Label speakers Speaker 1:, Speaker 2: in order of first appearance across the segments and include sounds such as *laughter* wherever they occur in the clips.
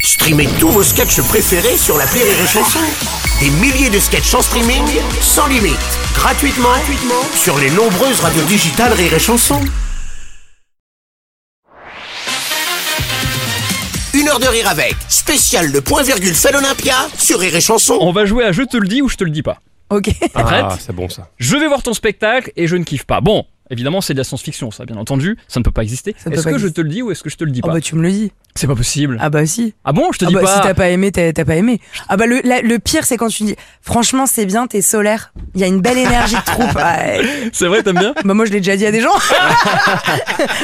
Speaker 1: Streamez tous vos sketchs préférés sur la Rire et Chanson. Des milliers de sketchs en streaming, sans limite, gratuitement, gratuitement sur les nombreuses radios digitales Rire et Chanson. Une heure de rire avec, spécial le point virgule fait l'Olympia sur Rire et Chanson.
Speaker 2: On va jouer à je te le dis ou je te le dis pas.
Speaker 3: Ok.
Speaker 2: T'es prête
Speaker 4: Ah, c'est bon ça.
Speaker 2: Je vais voir ton spectacle et je ne kiffe pas. Bon, évidemment, c'est de la science-fiction, ça, bien entendu. Ça ne peut pas exister.
Speaker 3: Ça ne peut
Speaker 2: Est-ce
Speaker 3: pas
Speaker 2: que je
Speaker 3: exister.
Speaker 2: te le dis ou est-ce que je te le dis
Speaker 3: Oh
Speaker 2: pas
Speaker 3: bah tu me le dis.
Speaker 2: C'est pas possible. Ah,
Speaker 3: Ah bah si.
Speaker 2: bon, je te
Speaker 3: Ah
Speaker 2: dis
Speaker 3: bah,
Speaker 2: pas.
Speaker 3: si t'as pas aimé, t'as t'as pas aimé. Ah bah le, la- le pire c'est quand tu dis franchement c'est bien, t'es solaire, il y a une belle énergie de
Speaker 2: *laughs*
Speaker 3: troupe. Ouais.
Speaker 2: C'est vrai, t'aimes bien
Speaker 3: bah moi je l'ai déjà dit à
Speaker 2: *laughs*
Speaker 3: des gens.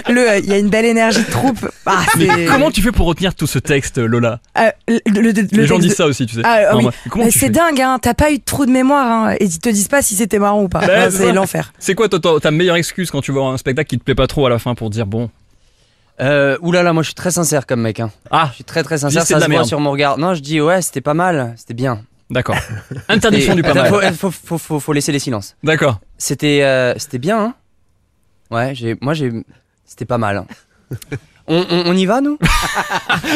Speaker 3: le euh, il y a une belle énergie de troupe. Ah,
Speaker 2: Mais
Speaker 3: *laughs* c'est-
Speaker 2: comment tu fais pour retenir tout ce texte, Lola
Speaker 3: Euh, le, le- le- le
Speaker 2: Les gens
Speaker 3: texte
Speaker 2: disent ça aussi, tu sais.
Speaker 3: Ah, ah
Speaker 2: Non,
Speaker 3: oui.
Speaker 2: moi, comment
Speaker 3: Mais
Speaker 2: tu
Speaker 3: c'est
Speaker 2: fais
Speaker 3: dingue, hein. t'as pas eu de trou de mémoire hein. et ils te disent pas si c'était marrant ou pas.
Speaker 2: Bah,
Speaker 3: Ouais,
Speaker 2: c'est
Speaker 3: c'est
Speaker 2: ça.
Speaker 3: l'enfer.
Speaker 2: C'est quoi toi, ta ta meilleure excuse quand tu vois un spectacle qui te plaît pas trop à la fin pour dire bon
Speaker 5: Euh, oulala, moi je suis très sincère comme mec. Hein.
Speaker 2: Ah,
Speaker 5: Je suis très très
Speaker 2: Dis,
Speaker 5: sincère,
Speaker 2: c'est de
Speaker 5: ça
Speaker 2: la
Speaker 5: se voit
Speaker 2: merde.
Speaker 5: sur mon regard. Non, je dis ouais, c'était pas mal, c'était bien.
Speaker 3: *laughs*
Speaker 2: d'accord. Interdiction
Speaker 5: Et-
Speaker 2: du pas
Speaker 5: Attends,
Speaker 2: mal.
Speaker 5: Faut, faut- faut- faut- faut laisser les silences.
Speaker 3: *laughs*
Speaker 2: D'accord.
Speaker 5: C'était euh, c'était bien, hein Ouais, j'ai, moi j'ai. C'était pas mal. hein. *laughs* On, on- on y va, nous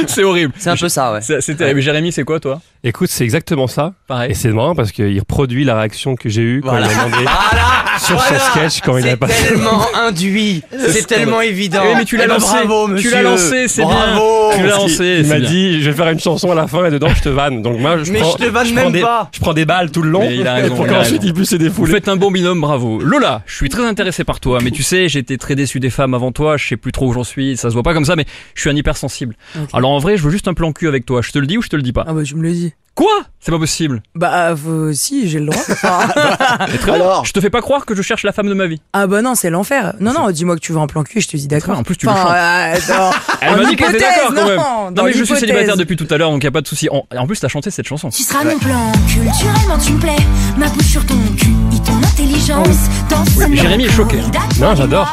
Speaker 2: C'est horrible.
Speaker 5: C'est un peu ça, ouais.
Speaker 2: C'est c'est terrible. Jérémy, c'est quoi toi
Speaker 4: Écoute, c'est exactement ça. Et
Speaker 2: Pareil.
Speaker 4: c'est marrant parce qu'il reproduit la réaction que j'ai eue quand
Speaker 5: Voilà.
Speaker 4: il a demandé
Speaker 5: Voilà
Speaker 4: sur
Speaker 5: Voilà
Speaker 4: son sketch quand il
Speaker 5: C'est
Speaker 4: a pas *laughs*
Speaker 5: *laughs* tellement induit, c'est tellement évident.
Speaker 2: Oui, mais tu l'as
Speaker 5: Eh ben,
Speaker 2: lancé.
Speaker 5: Bravo,
Speaker 2: Tu
Speaker 5: monsieur.
Speaker 2: l'as lancé, c'est bien.
Speaker 5: Bravo.
Speaker 2: Tu l'as
Speaker 4: Parce qu'il-
Speaker 2: lancé,
Speaker 4: Il
Speaker 2: c'est
Speaker 4: m'a
Speaker 2: bien.
Speaker 4: dit, je vais faire une chanson à la fin et dedans je te vanne. Donc moi, je
Speaker 5: Mais
Speaker 4: prends,
Speaker 5: je te vanne
Speaker 4: prends
Speaker 5: même
Speaker 4: des,
Speaker 5: pas.
Speaker 4: Je prends des balles tout le long
Speaker 2: Mais il a raison,
Speaker 4: *laughs* pour
Speaker 2: il a
Speaker 4: qu'ensuite
Speaker 2: raison.
Speaker 4: il puisse se
Speaker 2: Vous
Speaker 4: défouler.
Speaker 2: faites un bon binôme, bravo. Lola, je suis très intéressé par toi, mais tu sais, j'étais très déçu des femmes avant toi, je sais plus trop où j'en suis, ça se voit pas comme ça, mais je suis un hypersensible. Alors en vrai, je veux juste un plan cul avec toi, je te le dis ou je te le dis pas
Speaker 3: Ah bah tu me le dis.
Speaker 2: Quoi C'est pas possible.
Speaker 3: Bah euh, si j'ai le droit. Ah,
Speaker 2: Mais très bien. Je te fais pas croire que je cherche la femme de ma vie.
Speaker 3: *laughs* ah bah non c'est l'enfer. Non non dis-moi que tu veux un plan cul et je te dis d'accord.
Speaker 2: Ah, en plus, tu le chantes.
Speaker 3: euh, dans-
Speaker 2: Elle
Speaker 3: en
Speaker 2: m'a dit qu'elle était
Speaker 3: hypothèse,
Speaker 2: d'accord quand même.
Speaker 3: non,
Speaker 2: Non
Speaker 3: dans
Speaker 2: mais je suis
Speaker 3: l'hypothèse.
Speaker 2: célibataire depuis tout à l'heure, donc y a pas de souci. En, en plus, t'as chanté cette chanson.
Speaker 6: Tu seras mon plan, culturellement tu me plais. Ma bouche sur ton cul et ton intelligence. Dans
Speaker 2: Oui, Jérémy est choqué.
Speaker 4: Non, j'adore.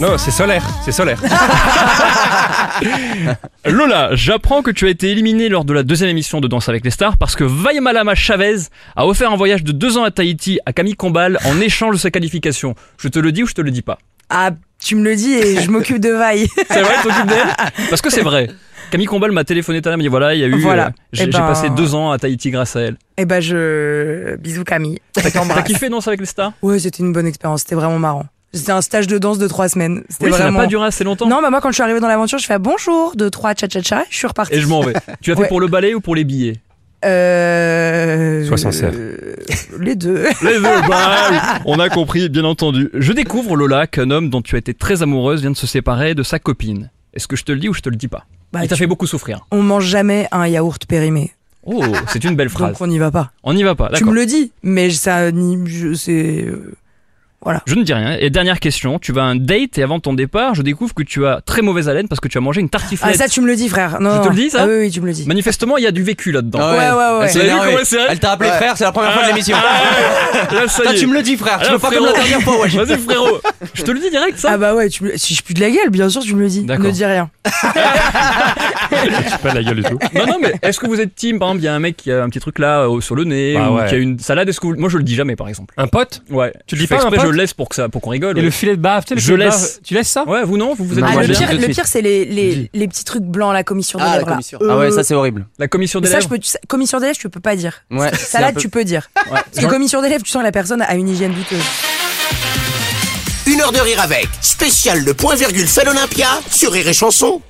Speaker 4: Non, c'est solaire, c'est solaire.
Speaker 2: *laughs* Lola, j'apprends que tu as été éliminée lors de la deuxième émission de Danse avec les stars parce que Vayamalama Chavez a offert un voyage de deux ans à Tahiti à Camille Combal en échange de sa qualification. Je te le dis ou je te le dis pas
Speaker 3: Ah tu me le dis et je m'occupe de vaille. *laughs*
Speaker 2: C'est vrai, tu t'occupes d'elle Parce que c'est vrai. Camille Combal m'a téléphoné tout à l'heure, m'a dit voilà, il y a eu.
Speaker 3: Voilà.
Speaker 2: euh, J'ai
Speaker 3: Eh
Speaker 2: j'ai
Speaker 3: ben-
Speaker 2: passé deux ans à Tahiti grâce à elle.
Speaker 3: et bah je bisous Camille. Je
Speaker 2: T'as
Speaker 3: t'embrasse.
Speaker 2: kiffé Danse avec les stars
Speaker 3: Ouais c'était une bonne expérience. C'était vraiment marrant. C'était un stage de danse de trois semaines. C'était
Speaker 2: Oui, ça n'a
Speaker 3: vraiment.
Speaker 2: pas duré assez longtemps.
Speaker 3: non bah moi quand je suis arrivée dans l'aventure je fais ah, bonjour deux trois cha cha cha je suis repartie.
Speaker 2: Et je m'en vais. Tu as fait
Speaker 3: Ouais.
Speaker 2: pour le ballet ou pour les billets
Speaker 3: Euh...
Speaker 4: Sois sincère.
Speaker 3: euh, Les deux.
Speaker 2: Les deux, bah oui, on a compris, bien entendu. Je découvre, Lola, qu'un homme dont tu as été très amoureuse vient de se séparer de sa copine. Est-ce que je te le dis ou je te le dis pas
Speaker 3: Bah,
Speaker 2: Il t'a
Speaker 3: tu-
Speaker 2: fait beaucoup souffrir.
Speaker 3: On mange jamais un yaourt périmé.
Speaker 2: Oh, c'est une belle phrase.
Speaker 3: Donc on n'y va pas.
Speaker 2: On n'y va pas,
Speaker 3: Tu
Speaker 2: d'accord.
Speaker 3: me le dis, mais ça ni je c'est euh,
Speaker 2: Je ne dis rien. Et dernière question, tu vas à un date et avant ton départ, je découvre que tu as très mauvaise haleine parce que tu as mangé une
Speaker 3: Ah
Speaker 2: tartiflette.
Speaker 3: ça tu me le dis frère. Non,
Speaker 2: Je te
Speaker 3: non.
Speaker 2: le dis, ça
Speaker 3: Ah oui oui, tu Ah me le dis.
Speaker 2: Manifestement, il y a du vécu là-dedans.
Speaker 3: Ouais, ouais, ouais.
Speaker 5: Elle
Speaker 2: Vous avez
Speaker 5: s'est
Speaker 2: vu
Speaker 5: énervée.
Speaker 2: comment elle s'est-
Speaker 5: Elle t'a appelé frère, c'est la première fois de l'émission.
Speaker 2: Là, ça
Speaker 5: Toi,
Speaker 2: y est.
Speaker 5: tu me le dis, frère. Tu
Speaker 2: Ah,
Speaker 5: veux pas comme la
Speaker 2: frérot.
Speaker 5: dernière fois, ouais.
Speaker 2: Vas-y frérot, je te le dis direct ça.
Speaker 3: Ah bah ouais, tu me... si je pue de la gueule, bien sûr tu me le dis.
Speaker 2: D'accord.
Speaker 3: Ne dis rien.
Speaker 4: Je suis pas de la gueule du tout.
Speaker 2: Non non mais est-ce que vous êtes team par exemple il y a un mec qui a un petit truc là euh, sur le nez
Speaker 4: Bah
Speaker 2: ou
Speaker 4: ouais.
Speaker 2: qui a une salade est-ce que vous- moi je le dis jamais par exemple.
Speaker 4: Un pote
Speaker 2: Ouais. je
Speaker 4: Tu le dis
Speaker 2: fais
Speaker 4: pas à un
Speaker 2: exprès, je
Speaker 4: pote
Speaker 2: le laisse pour que ça pour qu'on rigole.
Speaker 4: et
Speaker 2: ouais.
Speaker 4: le filet de bave, tu sais, le
Speaker 2: Je
Speaker 4: filet de bave,
Speaker 2: laisse.
Speaker 4: tu laisses ça
Speaker 2: Ouais, vous non, vous vous êtes
Speaker 5: Ah,
Speaker 2: moins
Speaker 3: Ah,
Speaker 5: moi,
Speaker 3: le
Speaker 2: bien.
Speaker 5: j'ai-
Speaker 3: pire,
Speaker 5: de
Speaker 3: le
Speaker 5: suite.
Speaker 3: pire c'est les, les,
Speaker 4: Dis.
Speaker 3: les petits trucs blancs, la commission des
Speaker 5: Ah, la
Speaker 3: lèvres. là.
Speaker 5: commission. Ah ouais,
Speaker 3: Euh,
Speaker 5: ça c'est horrible.
Speaker 2: La commission des
Speaker 3: ça, je
Speaker 2: lèvres.
Speaker 3: peux, tu sais, commission des lèvres, tu peux pas dire.
Speaker 5: Ouais, c'est un
Speaker 3: Salade,
Speaker 5: peu-
Speaker 3: tu peux dire. Parce que
Speaker 2: Genre-
Speaker 3: commission des lèvres, tu sens que la personne a une hygiène douteuse.
Speaker 1: Une heure de rire avec, spécial le point virgule fait l'Olympia sur Rire et Chanson.